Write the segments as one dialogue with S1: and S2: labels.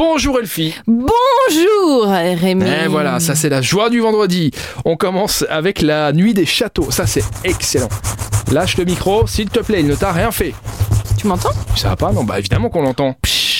S1: Bonjour Elfie
S2: Bonjour Rémi.
S1: Et Eh, voilà, ça c'est la joie du vendredi. On commence avec la nuit des châteaux. Ça c'est excellent. Lâche le micro, s'il te plaît, il ne t'a rien fait.
S2: Tu m'entends Ah,
S1: Ça va pas Non, bah évidemment qu'on l'entend.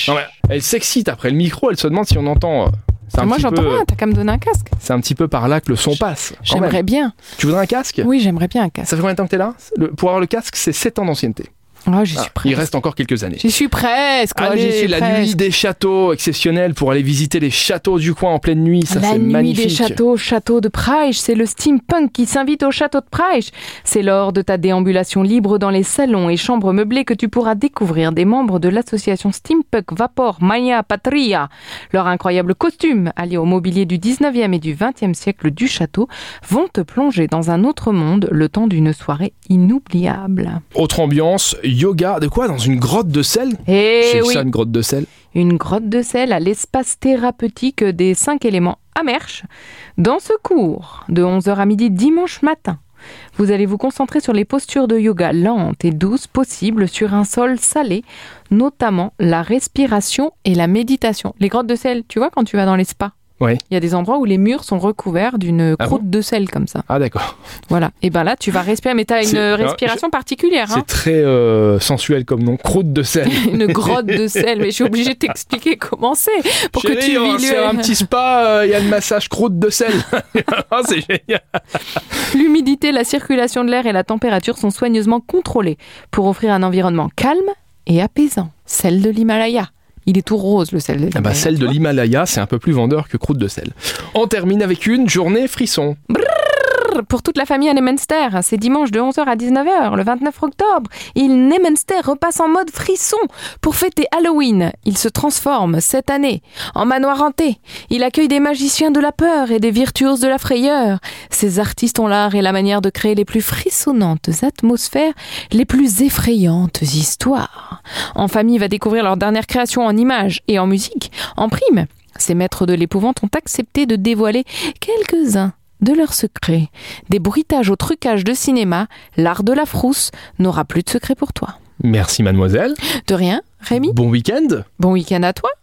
S1: Non, mais elle s'excite après le micro, elle se demande si on entend. euh, C'est un,
S2: Moi
S1: petit
S2: j'entends
S1: peu-
S2: rien, t'as qu'à me donner un casque.
S1: c'est un petit peu par là que le son passe. quand même.
S2: J'aimerais bien.
S1: Tu voudrais un casque
S2: Oui, j'aimerais bien un casque.
S1: Ça fait combien de temps que t'es là Le- Pour avoir le casque, c'est 7 ans d'ancienneté.
S2: Oh, j'y
S1: Ah,
S2: suis
S1: il
S2: presque.
S1: reste encore quelques années.
S2: J'y suis presque. oh, j'y
S1: Allez,
S2: suis
S1: la nuit
S2: presque.
S1: des châteaux, exceptionnelle pour aller visiter les châteaux du coin en pleine nuit, ça
S2: la
S1: c'est
S2: nuit
S1: magnifique.
S2: des châteaux, château de Praich, c'est le steampunk qui s'invite au château de Praich. C'est lors de ta déambulation libre dans les salons et chambres meublées que tu pourras découvrir des membres de l'association Steampunk Vapor Mania Patria. Leurs incroyables costumes, alliés au mobilier du 19e et du 20e siècle du château, vont te plonger dans un autre monde le temps d'une soirée inoubliable.
S1: Autre ambiance, yoga, de quoi Dans une grotte de sel
S2: Et
S1: C'est
S2: Eh oui,
S1: ça une grotte de sel
S2: une grotte de sel à l'espace thérapeutique des cinq éléments à Merche. Dans ce cours, de 11h à midi dimanche matin, vous allez vous concentrer sur les postures de yoga lentes et douces possibles sur un sol salé, notamment la respiration et la méditation. Les grottes de sel, tu vois, quand tu vas dans les spas,
S1: Oui.
S2: il y a des endroits où les murs sont recouverts d'une
S1: Ah
S2: croûte de sel comme ça.
S1: Ah d'accord.
S2: Voilà. Et ben là, tu vas respirer, mais tu as
S1: C'est-
S2: une
S1: alors,
S2: respiration particulière. hein.
S1: C'est très euh, sensuel comme nom, croûte de sel.
S2: Une grotte de sel, mais je suis obligée de t'expliquer comment c'est pour que
S1: Chérie,
S2: tu
S1: on va
S2: vis
S1: se faire un petit spa, euh, il y a le massage croûte de sel. Ah, c'est génial.
S2: L'humidité, la circulation de l'air et la température sont soigneusement contrôlées pour offrir un environnement calme et apaisant. Celle de l'Himalaya. Il est tout rose le sel de l'Himalaya.
S1: Ah bah, celle de
S2: tu vois.
S1: l'Himalaya, c'est un peu plus vendeur que croûte de sel. On termine avec une journée frisson.
S2: Pour toute la famille à Nemenster, c'est dimanche de 11h à 19h, le 29 octobre. Il Nemenster repasse en mode frisson pour fêter Halloween. Il se transforme cette année en manoir hanté. Il accueille des magiciens de la peur et des virtuoses de la frayeur. Ces artistes ont l'art et la manière de créer les plus frissonnantes atmosphères, les plus effrayantes histoires. En famille va découvrir leur dernière création en images et en musique. En prime, ces maîtres de l'épouvante ont accepté de dévoiler quelques-uns de leurs secrets. Des bruitages au trucage de cinéma, l'art de la frousse n'aura plus de secret pour toi.
S1: Merci mademoiselle.
S2: De rien, Rémi
S1: Bon week-end.
S2: Bon week-end à toi